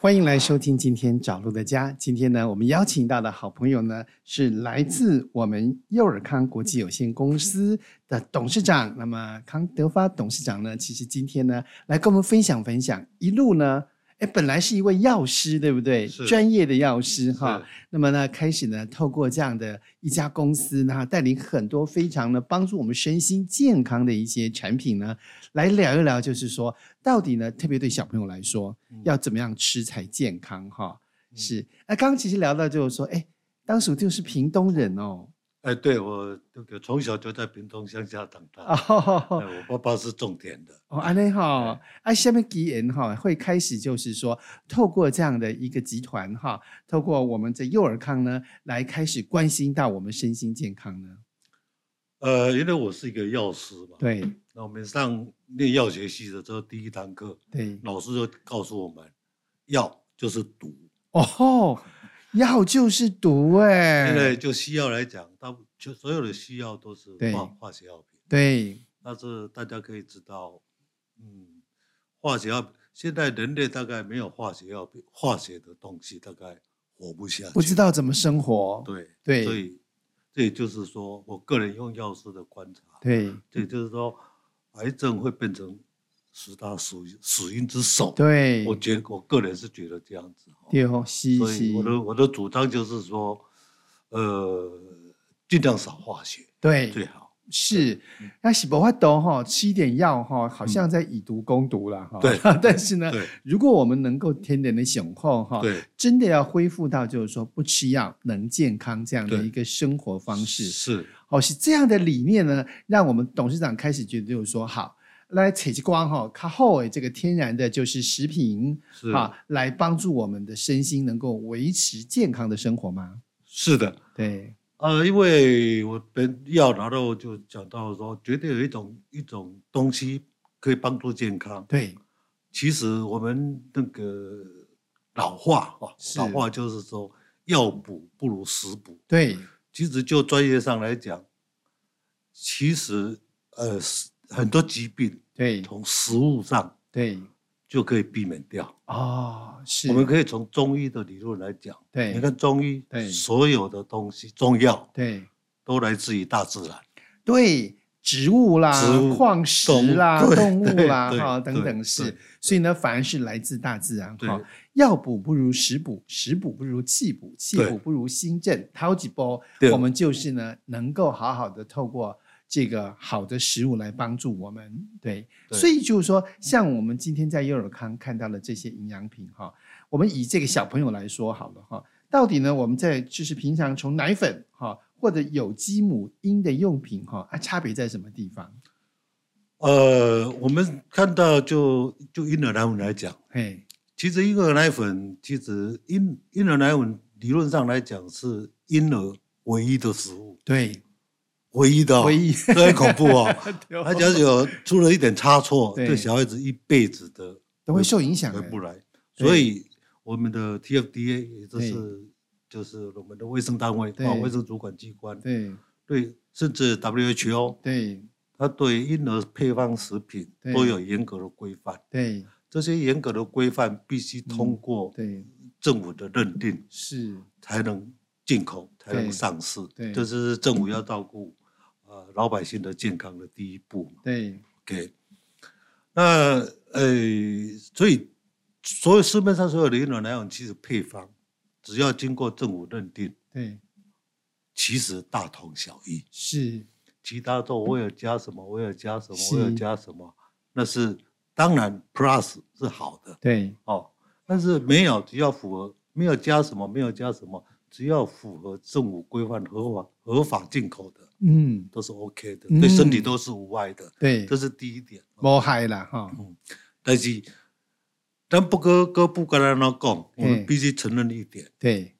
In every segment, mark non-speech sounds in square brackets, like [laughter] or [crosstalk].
欢迎来收听今天找路的家。今天呢，我们邀请到的好朋友呢是来自我们幼尔康国际有限公司的董事长。那么康德发董事长呢，其实今天呢来跟我们分享分享，一路呢，哎，本来是一位药师，对不对？是专业的药师 [laughs] 哈是。那么呢，开始呢，透过这样的一家公司，那带领很多非常呢帮助我们身心健康的一些产品呢，来聊一聊，就是说到底呢，特别对小朋友来说，要怎么样吃才健康哈？是，那刚刚其实聊到就是说，哎，当属就是屏东人哦， [laughs] 哎，对我那个从小就在屏东乡下长大，哎哦，我爸爸是种田的，哦，安内哈，啊，下面吉言哈会开始就是说，透过这样的一个集团哈，透过我们这幼儿康呢，来开始关心到我们身心健康呢，呃，因为我是一个药师嘛，，对那我们上念药学系的时候，第一堂课对，老师就告诉我们，药就是毒，哦吼，药就是毒哎、因为就西药来讲，大部就所有的西药都是对化化学药品，对但是大家可以知道，嗯，化学药品现在人类大概没有化学药品，化学的东西大概活不下去，不知道怎么生活，对对所以这也就是说，我个人用药师的观察，对这也就是说，癌症会变成十大死死因之首。，对，我觉得我个人是觉得这样子哦。对哦，是所以是我，的我的主张就是说，呃，尽量少化学对最好。是，那喜伯法懂哈，吃一点药哈，好像在以毒攻毒了哈。嗯对 [laughs] 但是呢，对如果我们能够天然的雄厚哈，对，真的要恢复到就是说不吃药能健康这样的对一个生活方式，是哦，是这样的理念呢，让我们董事长开始觉得就是说好。来扯起光哈，靠后诶，这个天然的就是食品是啊，来帮助我们的身心能够维持健康的生活吗？是的。对，呃，因为我本药拿到就讲到说，绝对有一种一种东西可以帮助健康，对，其实我们那个老话啊，是老话就是说药补不如食补。对，其实就专业上来讲，其实呃是很多疾病对，从食物上对，就可以避免掉。哦，是，我们可以从中医的理论来讲，对你看中医对所有的东西，中药对都来自于大自然。对植物啦、植物矿石啦、动物对动物啦对哈对等等对是对，所以呢，反而是来自大自然对哈。药补不如食补，食补不如气补，气对补不如心正。掏几波，对我们就是呢，能够好好的透过。这个好的食物来帮助我们，对，对所以就是说，像我们今天在幼儿康看到的这些营养品哈，我们以这个小朋友来说好了哈，到底呢，我们在就是平常从奶粉哈或者有机母婴的用品哈，啊，差别在什么地方？呃，我们看到就就婴儿来我们来讲，嘿，其实婴儿奶粉，其实婴婴儿奶粉理论上来讲是婴儿唯一的食物， [laughs] 对，唯一的、哦，唯一这很恐怖 [laughs] 哦。对哦他假如有出了一点差错，对对小孩子一辈子的都会受影响回的，不来。对所以我们的 TFDA，也就对是就是我们的卫生单位对啊，卫生主管机关，对对，甚至 WHO，对它对婴儿配方食品对都有严格的规范。对这些严格的规范必须通过对，政府的认定，是，才能进口，才对能上市。对这是政府要照顾呃老百姓的健康的第一步嘛。对 OK，那呃，所以所有市面上所有的婴儿奶粉其实配方，只要经过政府认定，对其实大同小异。是，其他都我有加什么，我有加什么，是我有加什么，那是当然 Plus 是好的。对哦，但是没有，只要符合，没有加什么，没有加什么，只要符合政府规范合法合法进口的嗯，都是 OK 的，嗯对身体都是无害的，对，这是第一点。无害啦哈，但是，咱不过哥不跟咱那讲，我嗯们必须承认一点，对，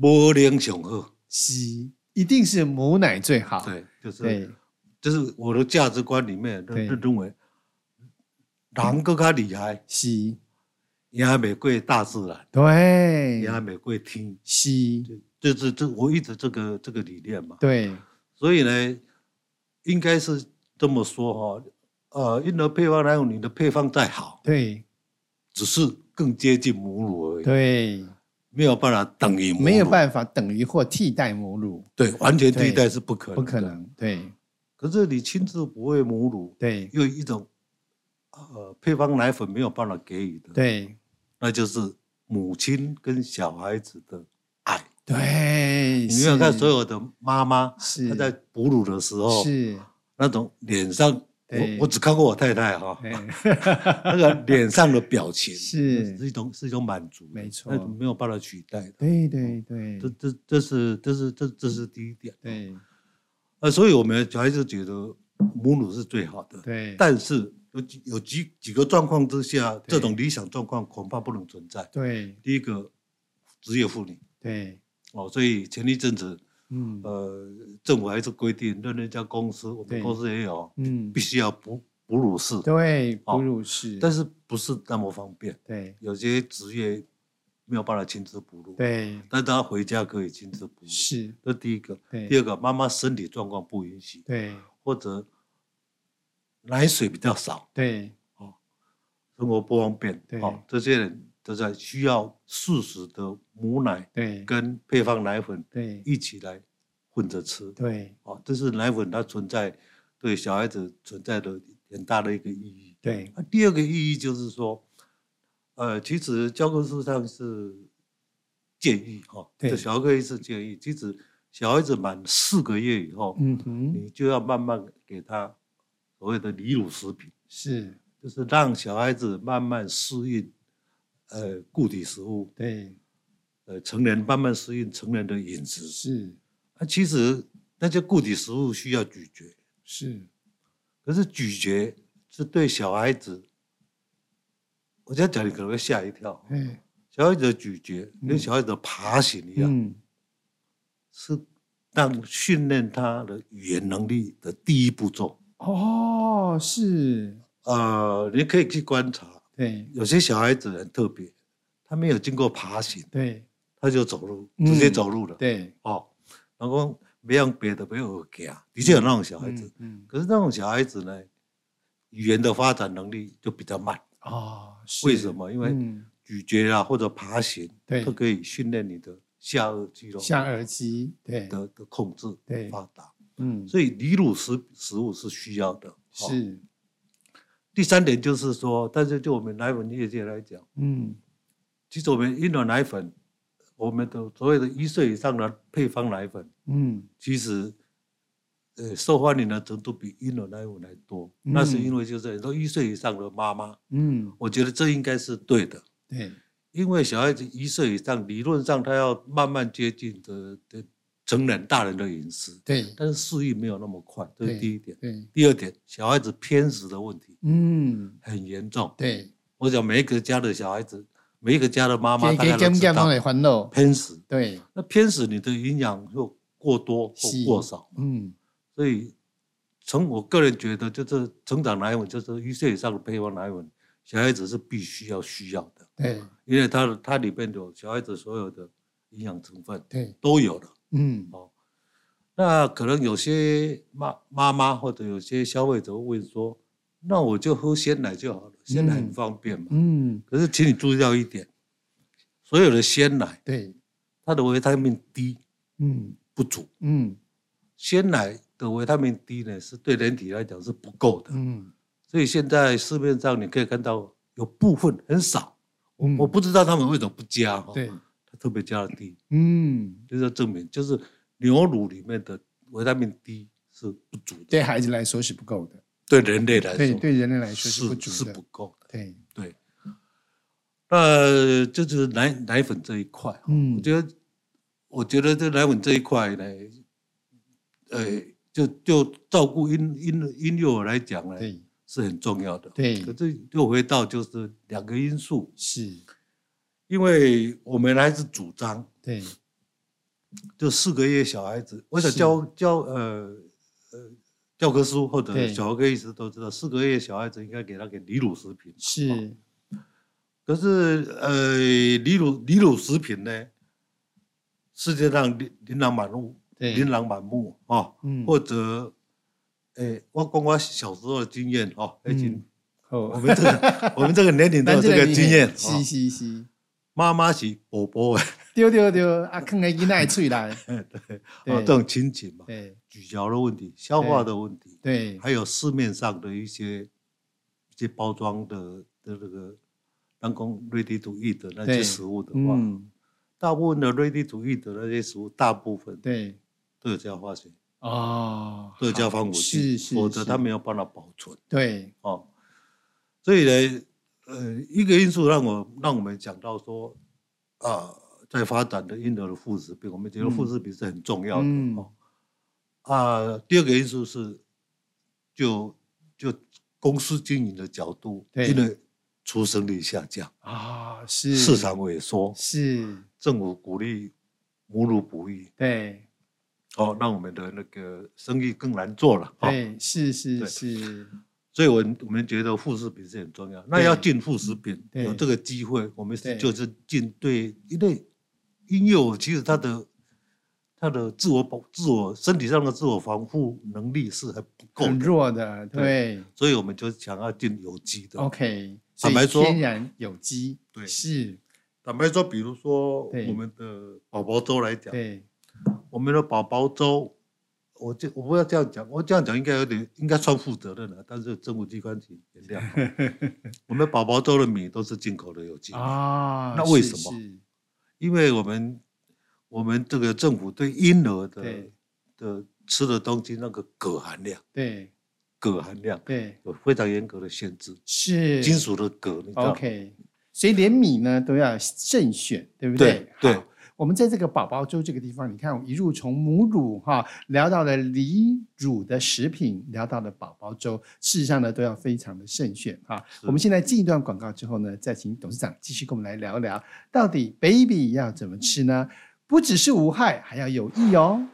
无能上好。是，一定是母奶最好，对，就是对就是我的价值观里面认对认为，人更加厉害，是，也美过大自然，对也美过天，是，这这这我一直这个这个理念嘛。对所以呢，应该是这么说哈、呃，婴儿配方来用你的配方再好，对只是更接近母乳而已，对，没有办法等于母乳，没有办法等于或替代母乳，对完全替对代是不可能，不可。能。对可是你亲自不喂母乳，对又一种呃配方奶粉没有办法给予的，对那就是母亲跟小孩子的爱。对，你没有看是所有的妈妈，是她在哦哺乳的时候，是，那种脸上，我对我只看过我太太哈、哎对 [laughs] 那个脸上的表情是是一种是一种满足的，没错那种没有办法取代的。对对对这这这是这是这这是第一点。对那所以我们小孩子觉得母乳是最好的，对，但是有几有几几个状况之下，对这种理想状况恐怕不能存在。对第一个，职业妇女对，哦，所以前一阵子嗯呃，政府还是规定，让人家公司，我对们公司也有，嗯必，须要哺哺乳室，对，哺哦乳室，但是不是那么方便，对有些职业没有办法亲自哺乳，对但他回家可以亲自哺乳。是，这第一个，对第二个，妈妈身体状况不允许，对或者奶水比较少，对生活不方便，对哦，这些人都在需要适时的母奶对跟配方奶粉对一起来混着吃，对哦，这是奶粉它存在对小孩子存在的很大的一个意义。对那呃第二个意义就是说，呃，其实教科书上是建议哈，哦、对这小儿科医生建议，其实小孩子满四个月以后，嗯哼，你就要慢慢给他所谓的离乳食品，是，就是让小孩子慢慢适应，呃，固体食物，对呃，成人慢慢适应成人的饮食。是那、其实那些固体食物需要咀嚼。是，可是咀嚼是对小孩子，我这样讲你可能会吓一跳。哎，小孩子的咀嚼跟嗯小孩子的爬行一样，嗯，是让训练他的语言能力的第一步骤。哦，是，呃，你可以去观察，对有些小孩子很特别，他没有经过爬行，对他就走路，嗯直接走路了。对，哦，然后没让别的没有给啊，的确有那种小孩子。嗯，嗯，可是那种小孩子呢，语言的发展能力就比较慢。哦，为是什么？因为嗯咀嚼啊或者爬行，对都可以训练你的下颚肌肉下颚肌，对的的控制对发达。嗯，所以离乳食食物是需要的。哦是，第三点就是说，但是就我们奶粉业界来讲，嗯，其实我们婴儿奶粉，我们的所谓的一岁以上的配方奶粉，嗯，其实。呃，受欢迎的程度比婴儿奶粉还多，嗯那是因为就是很多一岁以上的妈妈，嗯，我觉得这应该是对的。对，因为小孩子一岁以上，理论上他要慢慢接近的的成人大人的饮食，对，但是适应没有那么快，这是对第一点。对，第二点，小孩子偏食的问题嗯，很严重。对，我想每一个家的小孩子，每一个家的妈妈给大给概都减知减拢道会烦恼，偏食。对，那偏食你的营养又过多是或过少，嗯，所以从我个人觉得，就是成长奶粉，就是一岁以上的配方奶粉，小孩子是必须要需要的。对因为它的它里面有小孩子所有的营养成分对，都有了嗯，哦。那可能有些妈妈妈或者有些消费者会问说，那我就喝鲜奶就好了，鲜奶很方便嘛。嗯，可是请你注意到一点，所有的鲜奶对，它的维他命 D 嗯不足，嗯鲜奶的维他命 D 呢是对人体来讲是不够的，嗯，所以现在市面上你可以看到有部分很少，嗯我不知道他们为什么不加哈、哦，对，它特别加了 D。嗯，就是要证明，就是牛乳里面的维他命 D 是不足的，对孩子来说是不够的，对人类来说，对对人类来说是不足的不，够的。对，对，那这呃就是奶奶粉这一块哈。嗯我，觉得，我觉得这奶粉这一块呢，呃，就就照顾婴婴婴幼儿来讲呢，对，是很重要的。对可是又回到就是两个因素，是，因为我们还是主张对就四个月小孩子，我想是教教呃呃教科书或者对小儿科医师都知道，四个月小孩子应该给他给离乳食品。是，可是呃，离乳离乳食品呢，世界上琳琳琅满目，对，琳琅满目啊、哦嗯或者，诶、我光我小时候的经验哦，已经嗯好我哦，们这 [laughs] 个我们这个年龄都有这个经验。是哦是是，妈妈是宝宝 [laughs] 哎，对对对，啊，坑个囡仔 [laughs] 出来，哦，啊这种亲情嘛，对咀嚼的问题、消化的问题，对还有市面上的一些一些包装的的这个，当公 ready to eat 的那对些食物的话，嗯，大部分的 ready to eat 的那些食物，大部分对，都有加化学，哦，都有加好防腐剂，是是，否则是它没有办法保存对哦。所以呢，呃，一个因素让我让我们讲到说，啊，在发展的婴儿的副食品，我们觉得嗯副食品是很重要的、嗯哦。啊，第二个因素是，就就公司经营的角度，对因为出生率下降，啊，是市场萎缩，是，政府鼓励母乳哺育，对哦，让我们的那个生意更难做了。哦，对是是对是，所以我们我们觉得副食品是很重要。那要进副食品，对有这个机会，我们是对就是进对，因为婴幼儿其实他的他的自我保、自我身体上的自我防护能力是还不够很的，弱的，对所以我们就想要进有机哦的。 ，OK，坦白所以说天然有机，对是，坦白说，比如说对我们的宝宝粥来讲，对我们的宝宝粥，我这我不要这样讲，我这样讲应该有点应该算负责任了，但是政府机关请原谅。我们宝宝粥的米都是进口的有机米，啊，那为是什么是因为我们我们这个政府对婴儿的对的吃的东西那个铬含量，对铬含量对有非常严格的限制，是金属的铬，你知道吗？ OK，所以连米呢都要慎选，对不对？对对好。我们在这个宝宝粥这个地方，你看，我一路从母乳哈聊到了离乳的食品，聊到了宝宝粥，事实上呢都要非常的慎选哈。是我们现在进一段广告之后呢，再请董事长继续跟我们来聊聊，到底 baby 要怎么吃呢？不只是无害，还要有益哦。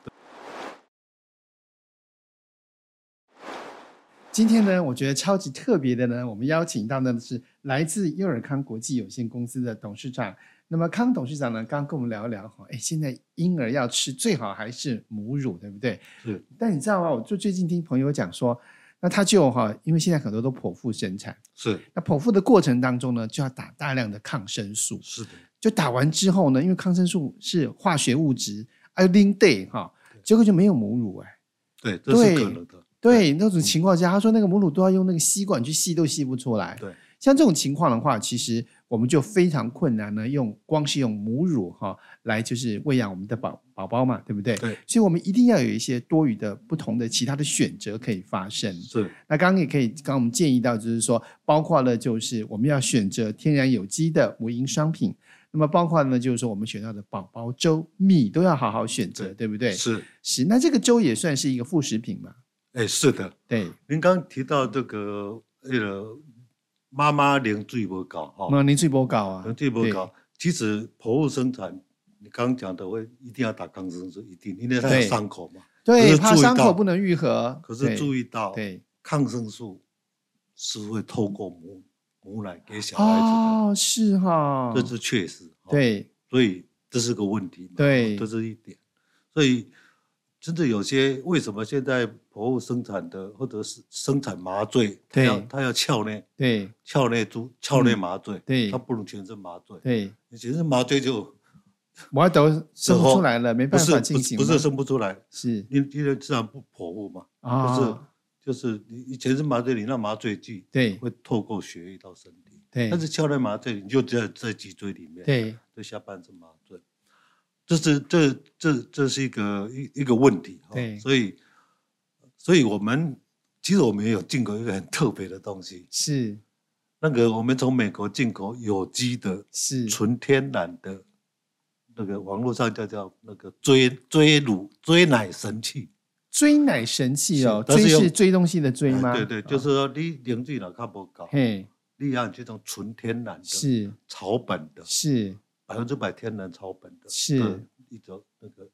今天呢，我觉得超级特别的呢，我们邀请到的是来自优尔康国际有限公司的董事长。那么康董事长呢，刚刚跟我们聊一聊哈，哎，现在婴儿要吃最好还是母乳，对不对？是。但你知道吗？我就最近听朋友讲说，那他就哈，因为现在很多都剖腹生产，是那剖腹的过程当中呢，就要打大量的抗生素。是的，就打完之后呢，因为抗生素是化学物质，还有 n day 哈，结果就没有母乳哎、对，这是对可能的，对那种情况下，他说那个母乳都要用那个吸管去吸，都吸不出来。对，像这种情况的话，其实我们就非常困难呢，用光是用母乳哈、来就是喂养我们的宝宝宝嘛，对不对？对，所以我们一定要有一些多余的、不同的其他的选择可以发生。是那刚刚也可以，刚刚我们建议到，就是说，包括了就是我们要选择天然有机的无营商品，那么包括呢，就是说我们选到的宝宝粥、米都要好好选择，对对不对？是，是，那这个粥也算是一个副食品嘛？哎，是的。对，您刚刚提到这个那个妈妈零最不高哈，那您最波高啊，零最不对高。其实剖腹生产，你刚刚讲的会一定要打抗生素，一定，因为它有对伤口嘛。对，可是怕注意伤口到不能愈合，可是注意到，对，抗生素是会透过母母奶给小对孩子哦，是哈，的，这是确实。哦，对所以这是个问题嘛。哦对这是一点。所以，甚至有些为什么现在剖腹生产的或者是生产麻醉，它对要它要鞘内。对鞘内注鞘内麻醉，嗯对它不能全身麻醉，对，你全身麻醉就我都生不后出来了，没不办是法不进是行不吗，是生不出来，是你因为自然不剖腹嘛，啊，就是就是你你全身麻醉，你那麻醉剂对会透过血液到身体，对，但是鞘内麻醉你就只有在脊椎里面，对对下半身麻醉，这是这这这是一个一一个问题哈、对所以所以我们其实我们也有进口一个很特别的东西，是那个我们从美国进口有机的是纯天然的，那个网络上叫叫那个追追乳追奶神器，追奶神器哦，是但追是用是追东西的追哎吗？哦啊对对，就是说你凝聚了看不高，嘿，你要这种纯天然的是草本的，是百分之百天然草本的，是的一种那个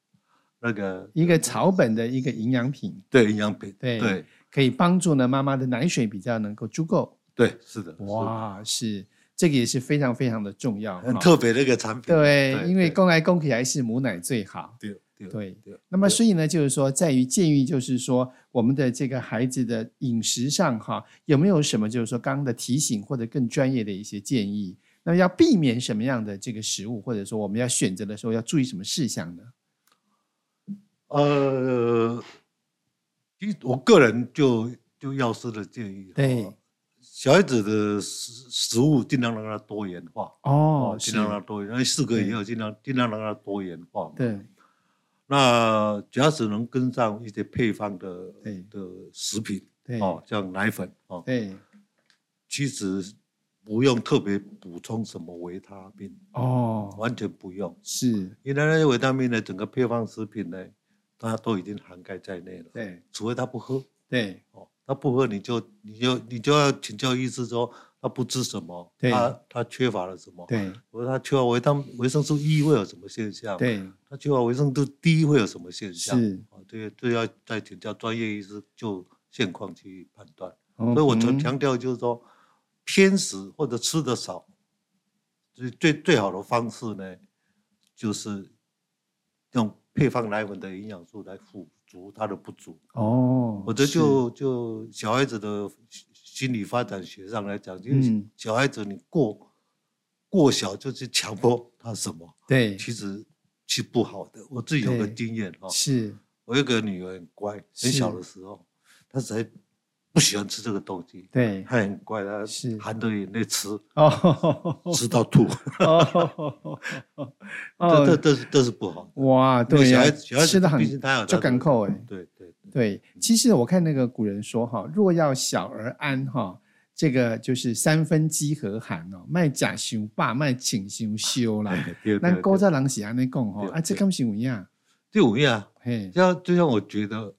那个一个草本的一个营养品，对营养品，对对可以帮助呢妈妈的奶水比较能够足够。对是的，是哇，是这个也是非常非常的重要，的，很哈特别的一个产品，对，因为对公来公去还是母奶最好。对对对对。那么所以呢，就是说，在于建议，就是说我们的这个孩子的饮食上哈，有没有什么就是说刚刚的提醒或者更专业的一些建议？那要避免什么样的这个食物，或者说我们要选择的时候要注意什么事项呢？呃，其实我个人就就药师的建议，对哦，小孩子的食食物尽量让他多元化，哦，尽量让他多元，那四个以后尽量尽量让他多元化嘛。对那只要是能跟上一些配方的对的食品，对哦，像奶粉哦，对其实不用特别补充什么维他命，哦，完全不用，是，因为那些维他命呢，整个配方食品呢，它都已经涵盖在内了。对除非他不喝对哦，他不喝你就你就你就要请教医师说他不吃什么，对他他缺乏了什么？对我说他缺乏维他维生素 E 会有什么现象？，对他缺乏维生素 D 会有什么现象？是，啊，哦这这要再请教专业医师就现况去判断。所所以我强强调就是说，偏食或者吃的少，最最最好的方式呢，就是用配方奶粉的营养素来补足它的不足。哦，否则是就就小孩子的心心理发展学上来讲，因为嗯小孩子你过过小就去强迫他什么，对其实是不好的。我自己有个对经验哈、是我有个女儿很乖，很小的时候，她实在不喜欢吃这个东西，对她很乖，她是含着眼泪吃， [laughs] 哦吃到吐， [laughs] 哦这这这是这是不好的。哇，那个对小呀孩子，小孩吃子的毕竟很他有就他赶的扣哎。对对对对，其实我看那个古人说哈，若要小儿安哈，这个就是三分饥和寒哦，卖假修霸，卖请修修 [laughs] 啦。对，咱古高早人是安尼讲吼，对啊，这对敢是有影，第五页啊，嘿，就像就像我觉得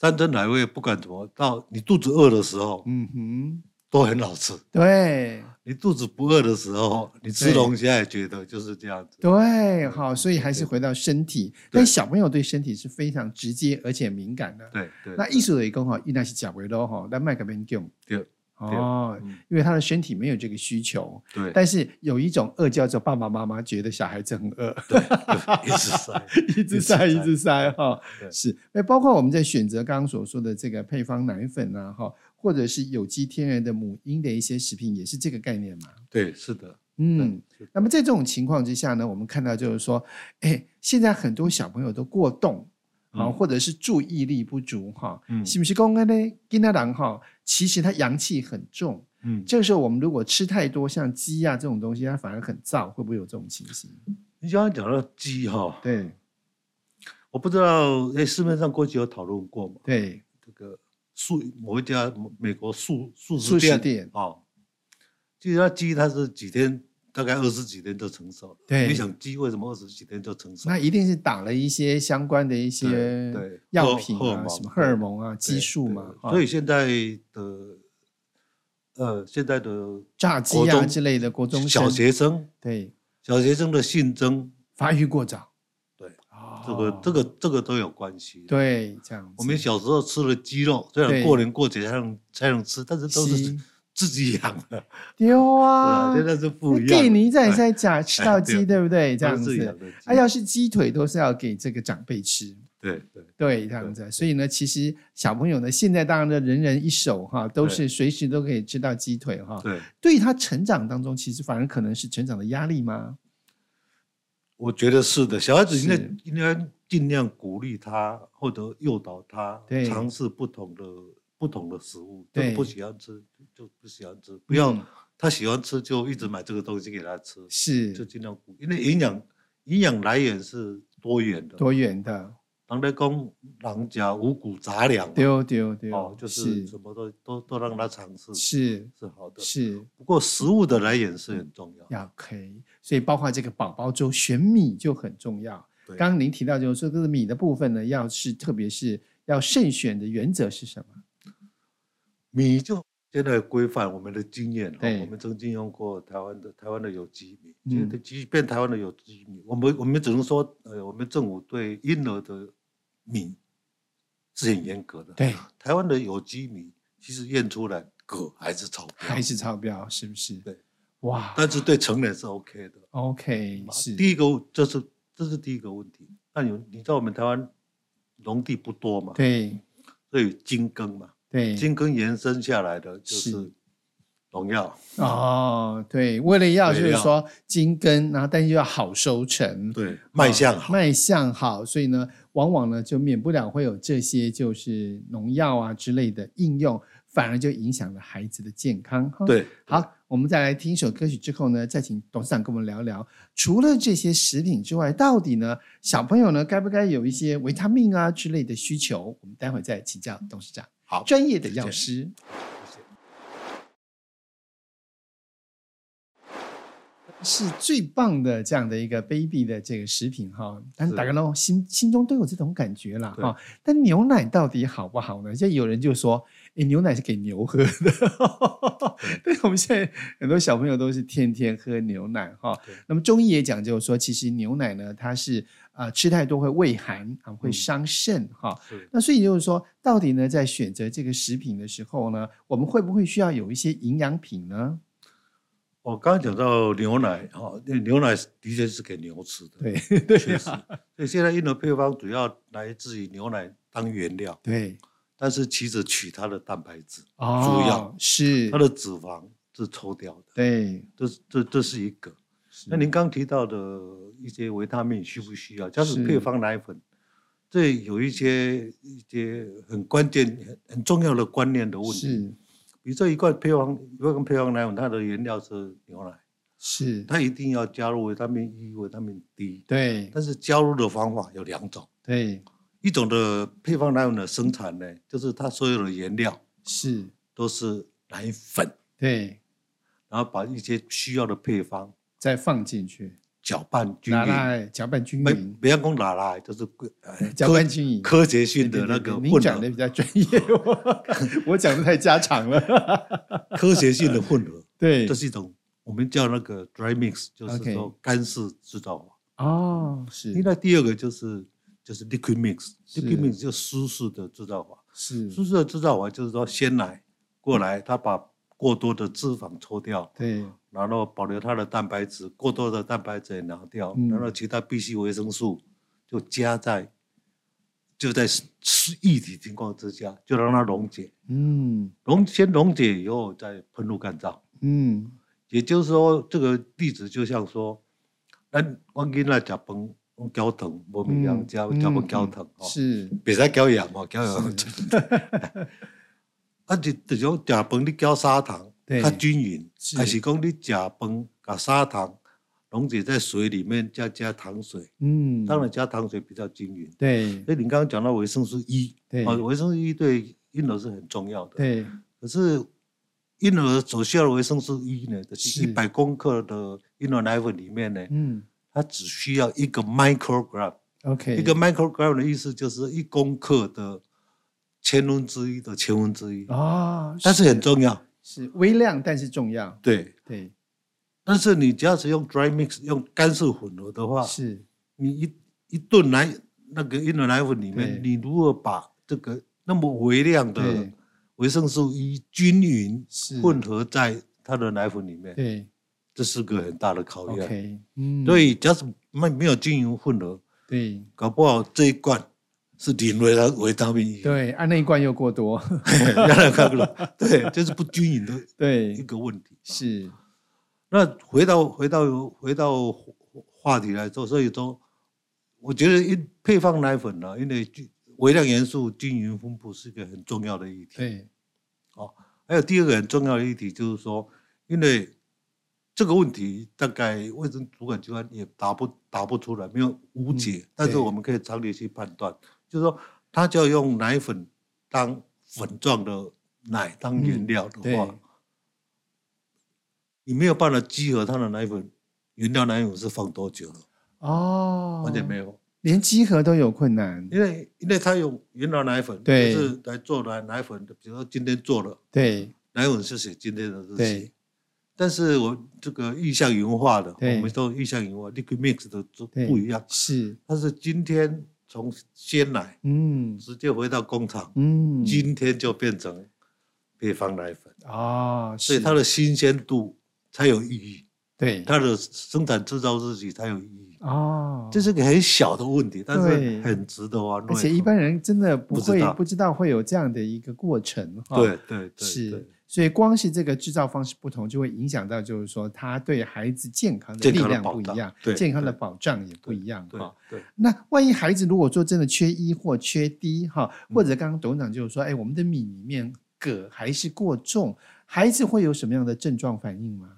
山珍海味不管怎么，到你肚子饿的时候嗯哼，都很好吃，对你肚子不饿的时候，你吃对龙虾也觉得就是这样子。对，好，所以还是回到身体，对但小朋友对身体是非常直接而且敏感的。对对，那艺术的讲吼，伊那是食袂落吼，咱卖个免讲对哦嗯，因为他的身体没有这个需求，对，但是有一种饿叫做爸爸妈妈觉得小孩子很饿， [laughs] 一直塞。 [laughs] 一直塞，一直塞哈对。是，那包括我们在选择刚刚所说的这个配方奶粉啊，哈，或者是有机天然的母婴的一些食品，也是这个概念嘛。对，是的，嗯是的，那么在这种情况之下呢，我们看到就是说，哎，现在很多小朋友都过动啊，嗯或者是注意力不足哈， [laughs] 嗯是不是？公安呢，跟他讲哈，其实他阳气很重，嗯，这个时候我们如果吃太多像鸡啊这种东西，它反而很燥，会不会有这种情形？你刚刚讲到鸡哈，对我不知道，哎，市面上过去有讨论过嘛？对，这个素某一家美国素素素食食店店哦，其实它鸡它是几天，大概二十几天就成熟了。对你想鸡为什么二十几天就成熟？那一定是打了一些相关的一些对对药品荷荷尔啊，蒙什么荷尔蒙啊、对激素对嘛，哈所以现在的呃，现在的炸鸡国啊中之类的，国中小生学生对小学生的性征，发育过早，对哦，这个这个这个都有关系。。对这样子，我们小时候吃了鸡肉，虽对然过年过节才能才能吃，但是都是是自己养的，对丢啊啊，，现在是不一样给的。你在在假吃到对鸡，啊对不对？都这样是自己养子，的鸡啊，要是鸡腿都是要给这个长辈吃。对对对，这样子，所以呢，其实小朋友呢，现在当然的人人一手哈，都是随时都可以吃到鸡腿哈。对，对于他成长当中，其实反而可能是成长的压力吗？我觉得是的。小孩子应该是应该尽量鼓励他或者诱导他对尝试不同的不同的食物，这对个不喜欢吃就不喜欢吃，不要嗯他喜欢吃就一直买这个东西给他吃，就是尽量鼓，因为营养营养来源是多元的。多元的，人家讲人家五谷杂粮嘛，丢丢丢，哦，就是什么都都都让他尝试是是好的。是不过食物的来源是很重要。要可以，所以包括这个宝宝粥选米就很重要。对刚刚您提到就是说这个米的部分呢，要是特别是要慎选的原则是什么？米就现在规范我们的经验哦，对我们曾经用过台湾的台湾的有机米，嗯嗯，即便台湾的有机米，我们我们只能说，呃，我们政府对婴儿的米是很严格的。，对，台湾的有机米其实验出来铬还是超标，还是超标是不是？对，哇但是对成人是 OK 的。 ，OK 是第一个就是这是第一个问题。那你你知道我们台湾农地不多嘛，对所以精耕嘛，对，精耕延伸下来的就是是农药。哦，对，为了要就对是要说精耕，然后但是又要好收成，对，卖相啊好，卖相好，所以呢，往往呢就免不了会有这些就是农药啊之类的应用，反而就影响了孩子的健康。哈，对，好，我们再来听一首歌曲之后呢，再请董事长跟我们聊聊，除了这些食品之外，到底呢小朋友呢该不该有一些维他命啊之类的需求？我们待会再请教董事长，好，专业的药师。是最棒的这样的一个 baby 的这个食品哈，但是是大家都心心中都有这种感觉啦对哈。但牛奶到底好不好呢？就有人就说，诶，牛奶是给牛喝的， [laughs] 但是我们现在很多小朋友都是天天喝牛奶哈对。那么中医也讲究说，其实牛奶呢，它是啊、呃吃太多会胃寒啊，会嗯伤肾哈。是那所以就是说，到底呢，在选择这个食品的时候呢，我们会不会需要有一些营养品呢？ [laughs] 我哦刚刚讲到牛奶哈，哦那牛奶是的确是给牛吃的，对确实。所以现在婴儿配方主要来自于牛奶当原料，对，但是其实取它的蛋白质，哦，要是它的脂肪是抽掉的，对，这是这这是一个。那您刚提到的一些维他命需不需要？加是上配方奶粉，这有一些一些很关键、很很重要的观念的问题。是比如这一罐配方一罐配方奶粉，它的原料是牛奶，是，它一定要加入维他命 E、维他命 D，对但是加入的方法有两种，对一种的配方奶粉的生产呢，就是它所有的原料是，都是奶粉，对，然后把一些需要的配方再放进去，搅拌均拿匀。来搅拌均没匀，不要讲拿来，就是规呃搅拌均匀。科学性对对的那对个您混讲的比合，较专业，我 [laughs] 我讲的太家常了。科学性的混合， [laughs] 对这，是一种我们叫那个 dry mix，就是 OK 说干式制造法。哦，另是外第二个就是就是 liquid mix，liquid 是 mix 就是湿式的制造法。是，湿式的制造法就是说鲜奶过来，它把过多的脂肪抽掉，对然后保留它的蛋白质，过多的蛋白质也拿掉，嗯然后其他必需维生素就加在就在吃液体情况之下，就让它溶解，嗯溶先溶解以后再喷入干燥。嗯，也就是说，这个例子就像说，咱我囡仔食饭用胶糖，无嗯营养，食食嗯饭胶嗯糖吼，是别使胶盐哦，胶盐。 [laughs] 啊，就就种食饭你加砂糖，对较均匀，是还是讲你食饭把砂糖溶解在水里面，再加糖水，嗯，当然加糖水比较均匀。对所以你刚刚讲到维生素 E，对啊，维生素 E 对婴儿是很重要的。对可是婴儿所需要的维生素 E 呢，就是是一百公克的婴儿奶粉里面呢，嗯它只需要一个 microgram， ，OK，一个 microgram 的意思就是一公克的千分之一的千分之一，啊，但是很重要。是微量，但是重要。对，对，但是你只要是用 dry mix 用干式混合的话，是你一一顿奶那个婴儿奶粉里对面，你如何把这个那么微量的对维生素 E 均匀是混合在它的奶粉里面？对这是个很大的考验。 ，OK，嗯，哦所以，假使没没有均匀混合，对搞不好这一罐是零维他维他命 E， [laughs] 对，按那一罐又过多，让人看了，对，这是不均匀的一对，个问 [laughs] 题。是，那回到回到回到话话题来说，所以说，我觉得一配方奶粉呢、因为均微量元素均匀分布是一个很重要的议题。对还有第二个很重要的议题就是说，因为这个问题大概卫生主管机关也答不答不出来，没有无解。但是嗯对我们可以常理去判断，就是说，它就要用奶粉当粉状的奶当原料的嗯对话，你没有办法集合它的奶粉原料奶粉是放多久了，哦，完全没，有。连集合都有困难，因为因为它用原料奶粉，对就是来做奶奶粉，比如说今天做了。对奶粉是写今天的日对期，但是我这个意象云化的，对我们都意象云化，liquid mix 的都对，不一样。是，它是今天从鲜奶嗯直接回到工厂，嗯，今天就变成配方奶粉，啊，所以是它的新鲜度才有意义，对它的生产制造日期才有意义。哦，这是个很小的问题，但对是很值得玩而味。且一般人真的不不知会道不知道会有这样的一个过程哈。对对对是对，所以光是这个制造方式不同，就会影响到就是说他对孩子健康的健力康的量保不一障样，对健康的对保障也不一样对哈。对那万一孩子如果说真的缺一或缺低哈，或嗯者刚刚董事长就是说，哎，我们的米里面铬还是过重，孩子会有什么样的症状反应吗？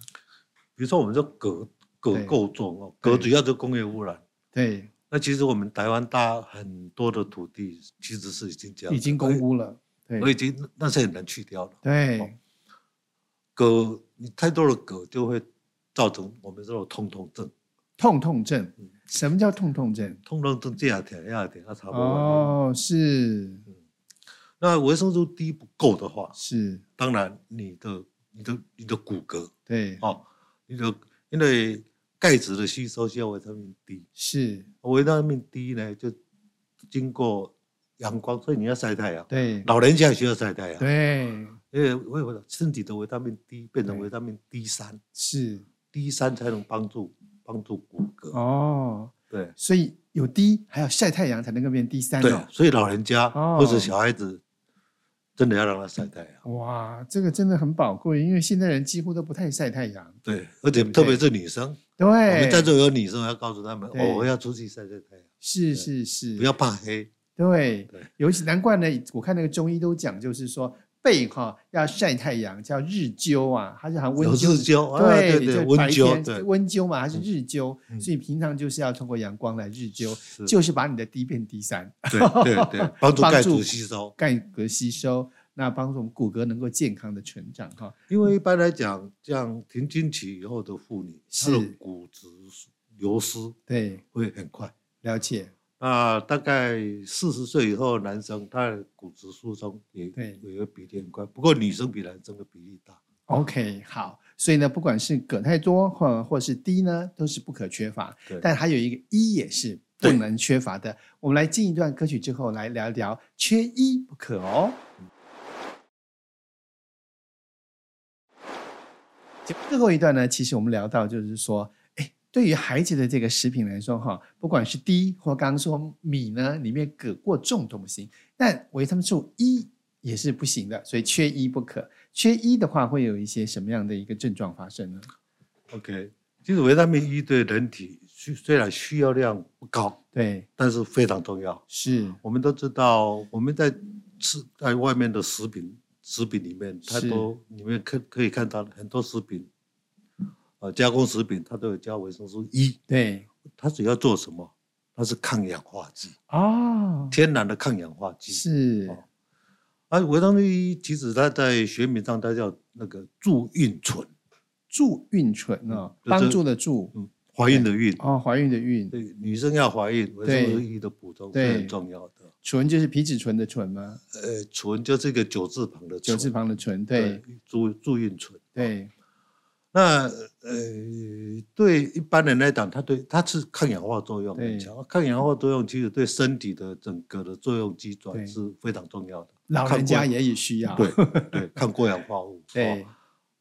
比如说我们说镉对镉够重哦，对镉主要就工业污染。对，那其实我们台湾大很多的土地其实是已经这样子，已经公污了，对我已经那是很难去掉了。对镉你太多的镉就会造成我们这种痛痛症，痛痛症嗯。什么叫痛痛症？痛痛症这样点那样点，它差不多。哦，是那维生素 D 不够的话，是，当然你的你的你的骨骼对，哦，你的因为钙质的吸收需要维他命 D，是，维他命 D 呢就经过阳光，所以你要晒太阳，对老人家也需要晒太阳，对因为为什么身体的维他命 D 变成对维他命 D 三是，D 三才能帮助帮助骨骼，哦，对所以有低还要晒太阳才能够变第三对哦，。所以老人家哦或者小孩子真的要让他晒太阳，哇，这个真的很宝贵，因为现在人几乎都不太晒太阳。对，而且对特别是女生。对，我们在座有女生，要告诉他们，对哦，我要出去晒晒太阳，是是是，不要怕黑。对，对尤其难怪呢，我看那个中医都讲，就是说背哈、要晒太阳，叫日灸啊，它是含温有灸日的。灸，啊对对对，就温白天灸，对，温灸嘛，它是日灸，嗯所以平常就是要通过阳光来日灸，是就是把你的低变低三， [laughs] 对对对，帮助帮钙助质吸收。钙骼吸收，那帮助我们骨骼能够健康的成长哈。因为一般来讲，像停经期以后的妇女，她是的骨质流失对，会很快。了解，那大概四十岁以后，男生他的骨质疏松也对也会比例很快，不过女生比男生的比例大。 OK，好，所以呢，不管是铬太多或或是低呢，都是不可缺乏对。但还有一个一也是不对能缺乏的。我们来进一段歌曲之后，来聊一聊缺一不可哦。节目最后一段呢，其实我们聊到就是说，哎，对于孩子的这个食品来说，哈，不管是低或刚刚说米呢，里面铬过重都不行，但维他命素一也是不行的，所以缺一不可。缺一的话，会有一些什么样的一个症状发生呢？ OK，其实维他命 E 对人体需虽然需要量不高，对，但是非常重要。是我们都知道，我们在吃在外面的食品食品里面，它是都里面可可以看到很多食品，呃，加工食品它都有加维生素 E，对它主要做什么？它是抗氧化剂，哦，天然的抗氧化剂。是哦而维生素 E 其实它在学名上它叫那个助孕醇，助孕醇哦，就是帮助的助嗯，怀孕的孕。哦，怀孕的孕，对，女生要怀孕，维生素对 E 的补充是对很重要的。醇就是皮质醇的醇吗？呃，醇就是一个九字旁的九醇，字旁的醇，对，助助孕醇。对那呃，对一般人来讲，它对它是抗氧化作用对很强。抗氧化作用其实对身体的整个的作用机对转是非常重要的。老抗人过家也也需要，对对，抗过氧化物。对哦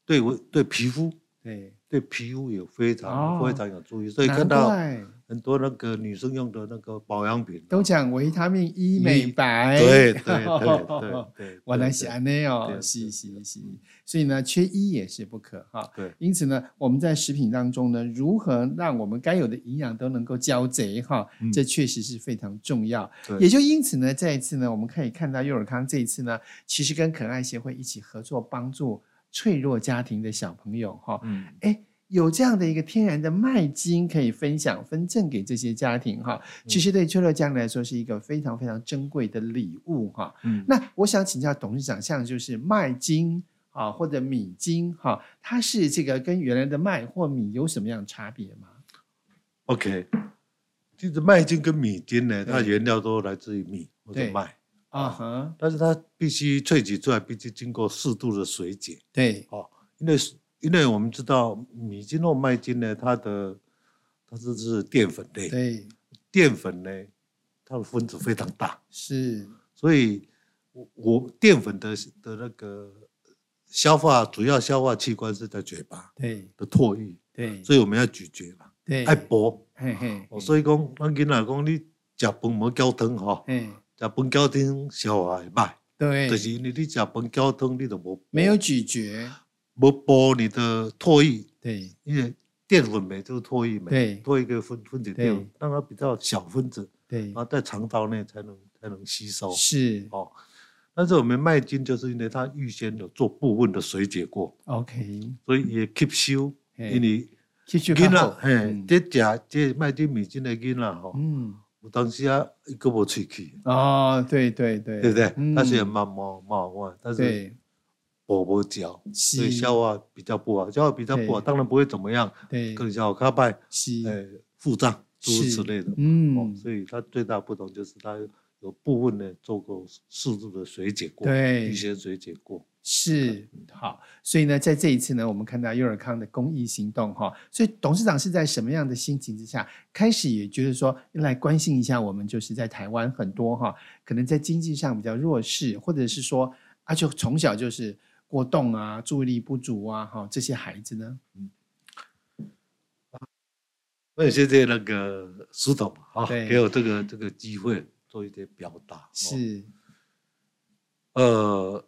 对我对皮肤对，对皮肤也非常、哦非常有助益。所以难看到怪很多那个女生用的那个保养品，都讲维他命 E 一美白， [laughs] 对对对对对，原来对是安内哦，对是对是是，所以呢，缺一也是不可哈。对因此呢，我们在食品当中呢，如何让我们该有的营养都能够交贼哈，嗯这确实是非常重要。对也就因此呢，这一次呢，我们可以看到幼儿康这一次呢，其实跟可爱协会一起合作，帮助脆弱家庭的小朋友哈，嗯。哎，有这样的一个天然的麦精可以分享分赠给这些家庭哈，嗯其实对脆弱家庭来说是一个非常非常珍贵的礼物哈。嗯那我想请教董事长，像就是麦精啊或者米精哈、它是这个跟原来的麦或米有什么样的差别吗？ OK，其实麦精跟米精呢，对它原料都来自于米或对者麦，啊哈，但是它必须萃取出来，必须经过适度的水解对哦，因为因为我们知道米精或麦精呢，它的它是是淀粉类，对淀粉呢，它的分子非常大，是，所以我我淀粉的的那个消化主要消化器官是在嘴巴对的唾液，对所以我们要咀嚼嘛，对，爱剥嘿嘿，哦，所以讲，咱囡仔讲，你食饭无搅汤吼，嘿，食饭搅汤消化会歹，对，就是因为你食饭搅汤，你就无没有咀嚼，无补你的唾液，对因为淀粉酶就是唾液酶，对唾液可以分分解对掉，让它比较小分子，对然，后在肠道内才能才能吸收是哦。但是我们麦精就是因为它预先有做部分的水解过， OK，所以也吸收，嘿因为继续囡看仔后，嘿，嗯这食这麦精米精的囡仔吼，嗯，有当时啊，伊个无喙齿，哦，对对对，对不对？嗯但是也蛮蛮蛮好玩，但是对补不嚼，所是以消化比较不好，消化比较不好，对当然不会怎么样，对更消化较歹。是，呃腹胀诸如哎是此类的。哦嗯，，所以它最大不同就是它有部分呢做过适度的水解过，对预先水解过。是好，所以呢，在这一次呢，我们看到幼儿康的公益行动哈，所以董事长是在什么样的心情之下，开始也觉得说来关心一下我们，就是在台湾很多哈，可能在经济上比较弱势，或者是说啊，就从小就是过动啊、注意力不足啊，哈，这些孩子呢，那谢谢那个石董啊，对给我这个这个机会做一点表达。哦，是呃，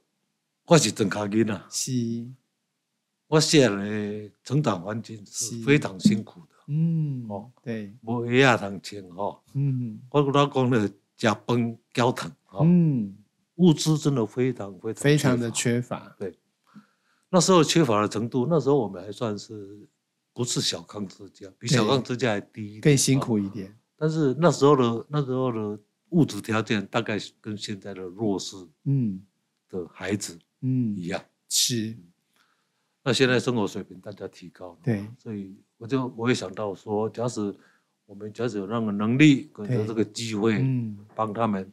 我是郑卡金啊，是，我现在成长环境是是非常辛苦的，嗯，哦，对，无鞋啊通穿哦，嗯我老公呢食饭交糖哦，嗯，物资真的非常非常非常的缺乏。缺乏，那时候缺乏的程度，那时候我们还算是不是小康之家，比小康之家还低一点，更辛啊。苦一点，但是那时候的那时候的物质条件大概是跟现在的弱势嗯的孩子一嗯，样。是，那现在生活水平大家提高了，对所以我就我也想到说，假使我们假使有那个能力跟对有这个机会，嗯帮他们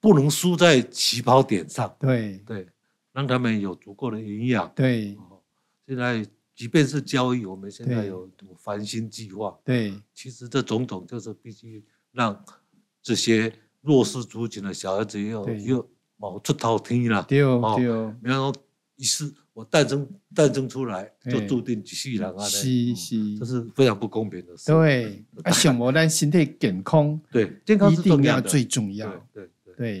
不能输在起跑点上，对对，让他们有足够的营养。对。哦，现在即便是交易，我们现在对有什么繁星计划，对，其实这种种就是必须让这些弱势族群的小孩子也有对也有毛出头天啦。对哦对，比方说，一是我诞生诞生出来就嘿注定一世人啊，是嗯这是，是非常不公平的事。对，啊，想无咱身体健康对，健康一是重定要要的，最重对嗯要。对对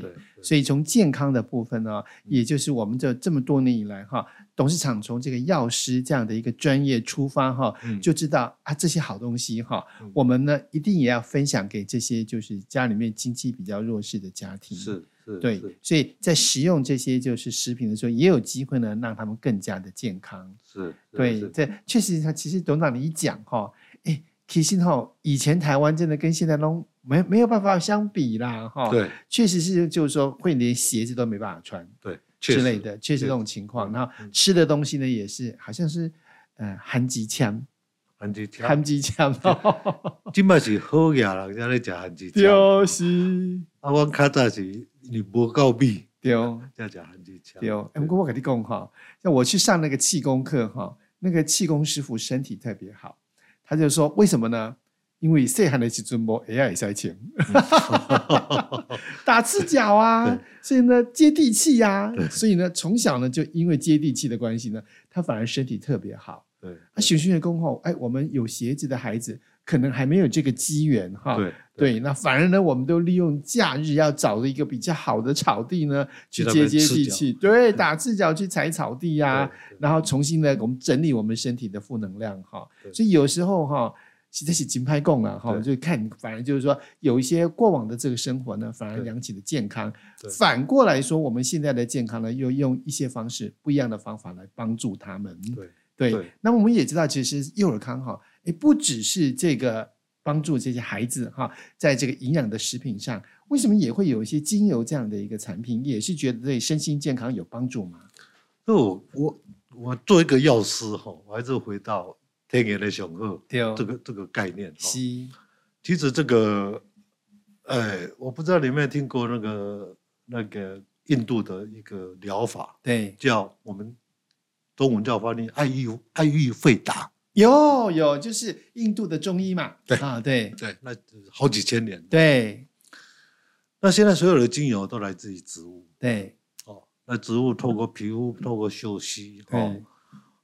对对，所以从健康的部分呢，也就是我们这这么多年以来哈，董事长从这个药师这样的一个专业出发哈，以就知道啊这些好东西哈嗯，我们呢一定也要分享给这些就是家里面经济比较弱势的家庭。是是对是，所以在食用这些就是食品的时候，也有机会呢让他们更加的健康。是，对，是这确实，他其实董事长你一讲哈，哎，其实哈，以前台湾真的跟现在都没没有办法相比啦哈。，对确实是就是说会连鞋子都没办法穿对确之实类的，确实确这实种情况。嗯然后嗯吃的东西呢也是好像是呃韩吉枪，韩剧听韩吉枪，哦 [laughs] [laughs] 即摆是好野人才咧食番丢薯条，是啊，阮较早是你无够米丢才食番薯条。丢。哎不过我跟你讲哈，像我去上那个气功课哈，那个气功师傅身体特别好，他就说为什么呢？因为细汉的时阵无 AI 塞 [laughs] 钱。打赤脚啊对，所以呢接地气呀、对所以呢从小呢就因为接地气的关系呢，他反而身体特别好。对啊，熊熊的功后，哎，我们有鞋子的孩子可能还没有这个机缘哈。对对那反而呢，我们都利用假日要找一个比较好的草地呢，去去那接边接赤地脚嗯气，对，打赤脚去踩草地呀、啊，然后重新呢，我们整理我们身体的负能量哈。对所以有时候哈，实在是金拍供了啊哈，对就看反而就是说，有一些过往的这个生活呢，反而对养起了健康对。反过来说，我们现在的健康呢，又用一些方式不一样的方法来帮助他们。对对，对那么我们也知道，其实幼儿康哈，也不只是这个帮助这些孩子哈，在这个营养的食品上，为什么也会有一些精油这样的一个产品，也是觉得对身心健康有帮助吗？所以我我我做一个药师吼，我还是回到天然的雄鹤对这个这个概念哈。西其实这个，哎，我不知道你有没有听过那个那个印度的一个疗法，对，叫我们中文叫翻译爱育爱育吠达，有有，就是印度的中医嘛，对啊，对对，那好几千年。对那现在所有的精油都来自于植物对哦，那植物透过皮肤、透过嗅息对哦，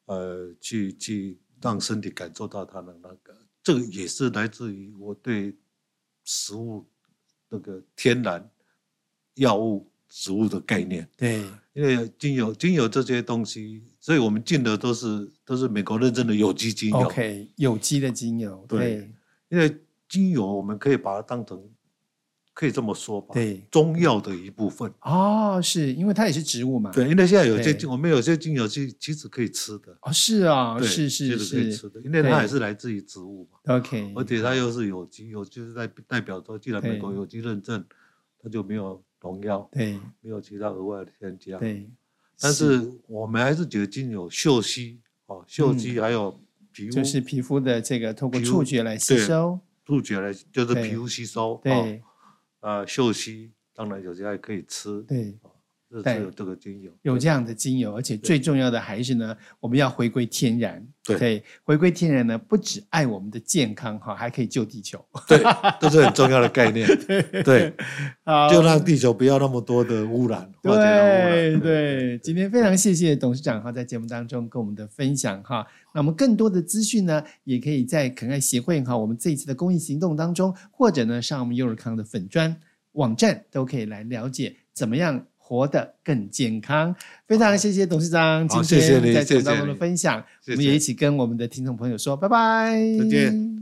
呃，去去让身体感受到它的那个这个也是来自于我对食物那个天然药物植物的概念。对，因为精油精油这些东西，所以我们进的都是都是美国认证的有机精油。 OK，有机的精油，对对因为精油我们可以把它当成，可以这么说吧，对，中药的一部分。哦，是因为它也是植物嘛，对，因为现在有些对精，我们有些精油其其实可以吃的，哦，是啊，对是是其实可以吃是的，因为它对也是来自于植物嘛， ，OK，而且它又是有机，有就是代代表说，既然对美国有机认证，它就没有农药，对没有其他额外的添加。对，但是我们还是觉得精油嗅息哦，嗅息还有皮肤嗯就是皮肤的这个透过皮肤触觉来吸对收，触觉来，就是对皮肤吸收，哦对啊，嗅息当然有些还可以吃，对。这对是有这个精油，有这样的精油，而且最重要的还是呢，我们要回归天然。对回归天然呢，不只爱我们的健康哈，还可以救地球。对，这是很重要的概 [laughs] 念，对，好就让地球不要那么多的污染，化学的污对染，嗯对，今天非常谢谢董事长哈，在节目当中跟我们的分享哈。那我们更多的资讯呢，也可以在肯爱协会哈，我们这一次的公益行动当中，或者呢上我们幼儿康的粉砖网站都可以来了解怎么样。活得更健康，非常谢谢董事长今好谢谢天你在节目谢谢当中的你分享，谢我们也谢一起跟我们的听众朋友说拜拜，再见。